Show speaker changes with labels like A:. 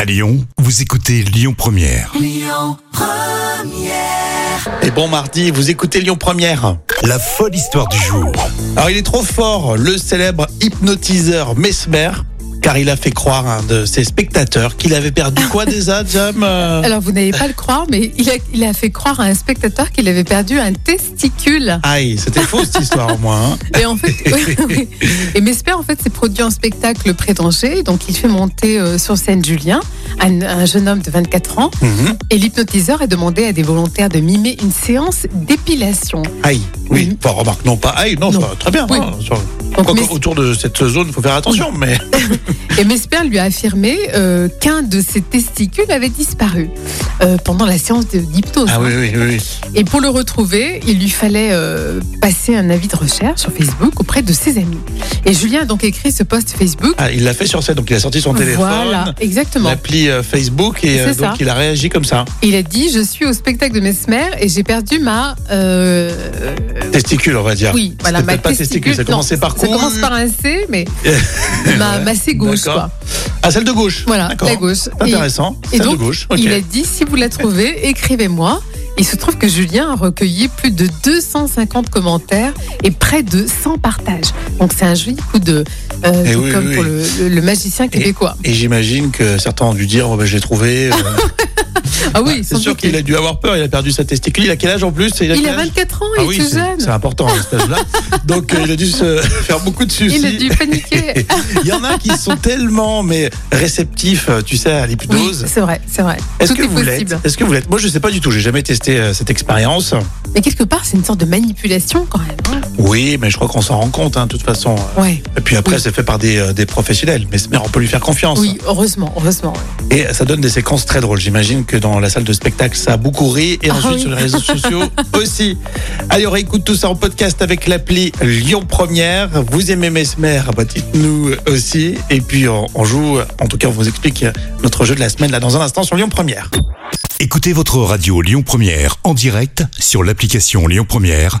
A: À Lyon, vous écoutez Lyon Première.
B: Et bon mardi, vous écoutez Lyon Première.
A: La folle histoire du jour.
B: Alors il est trop fort, le célèbre hypnotiseur Mesmer, car il a fait croire à un de ses spectateurs qu'il avait perdu quoi déjà, Jam Euh,
C: Alors, vous n'allez pas le croire, mais il a, il a fait croire à un spectateur qu'il avait perdu un testicule.
B: Aïe, c'était faux cette histoire au moins. hein.
C: Et en fait, oui, oui. Et Mesper, en fait, s'est produit en spectacle prétangé. Donc, il fait monter euh, sur scène Julien, un, un jeune homme de 24 ans.
B: Mhm.
C: Et l'hypnotiseur a demandé à des volontaires de mimer une séance d'épilation.
B: Aïe, oui.
C: Mhm.
B: Enfin, remarque, non pas aïe, non,
C: Non.
B: ça va très bien.
C: Oui.
B: hein, sur-
C: Donc,
B: Quoique,
C: Mes-
B: autour de cette zone, il faut faire attention, mais
C: Et Mesper lui a affirmé euh, qu'un de ses testicules avait disparu euh, pendant la séance de- d'hypnose.
B: ah oui, oui, oui.
C: Et pour le retrouver, il lui fallait euh, passer un avis de recherche sur Facebook auprès de ses amis. Et Julien a donc écrit ce post Facebook.
B: Ah, il l'a fait sur scène, donc il a sorti son téléphone,
C: Voilà, exactement.
B: l'appli euh, Facebook, et euh,
C: C'est
B: donc
C: ça.
B: il a réagi comme ça.
C: Il a dit Je suis au spectacle de Mesmer et j'ai perdu ma. euh,
B: Testicule, on va dire.
C: oui, voilà,
B: C'était
C: ma
B: peut-être pas testicule, ça
C: non,
B: commençait par
C: Ça
B: quoi
C: commence par un C, mais ma, ma C gauche,
B: D'accord.
C: quoi.
B: Ah, celle de gauche.
C: Voilà,
B: D'accord.
C: la gauche.
B: C'est
C: Et-
B: Intéressant.
C: Et
B: Celle
C: donc,
B: de gauche. ok.
C: Il a dit si vous la trouvez, écrivez-moi. Il se trouve que Julien a recueilli plus de 250 commentaires et près de 100 partages. Donc c'est un joli coup de euh,
B: Eh
C: tout
B: oui,
C: comme
B: oui,
C: pour le, le- le magicien québécois.
B: Et j'imagine que certains ont dû dire oh, ben, je l'ai trouvé. euh,
C: ah oui,
B: c'est
C: sans
B: sûr
C: doute.
B: qu'il a dû avoir peur. Il a perdu sa testicule. Il a quel âge en plus Il
C: Il
B: quel
C: a
B: âge
C: 24 ans,
B: Ah
C: il
B: oui,
C: est tout
B: c'est- c'est
C: jeune.
B: important à cet âge-là. Donc euh, il a dû se faire beaucoup de soucis.
C: Il a dû paniquer.
B: Il y en a qui sont tellement mais réceptifs, euh, tu sais, à
C: oui,
B: l'hypnose.
C: c'est vrai, c'est vrai.
B: Est-ce
C: Tout
B: que
C: est
B: vous l'êtes
C: possible.
B: Est-ce que vous l'êtes Moi, je sais pas du tout. J'ai jamais testé euh, cette expérience.
C: Mais quelque part, c'est une sorte de manipulation quand même. hein.
B: Oui, mais je crois qu'on s'en rend compte, hein, de toute façon.
C: Ouais.
B: Et puis après,
C: Oui.
B: c'est fait par des, euh, des professionnels. Mais mais on peut lui faire confiance.
C: Oui, heureusement, heureusement.
B: Et ça donne des séquences très drôles. J'imagine que dans la salle de spectacle, ça a beaucoup ri. Et
C: Ah
B: ensuite
C: oui.
B: sur les réseaux sociaux aussi. Allez, on réécoute tout ça en podcast avec l'appli Lyon Première. Vous aimez Mesmer bah Dites-nous aussi. Et puis on, on joue, en tout cas, on vous explique notre jeu de la semaine là dans un instant sur Lyon Première.
A: Écoutez votre radio Lyon Première en direct sur l'application Lyon Première,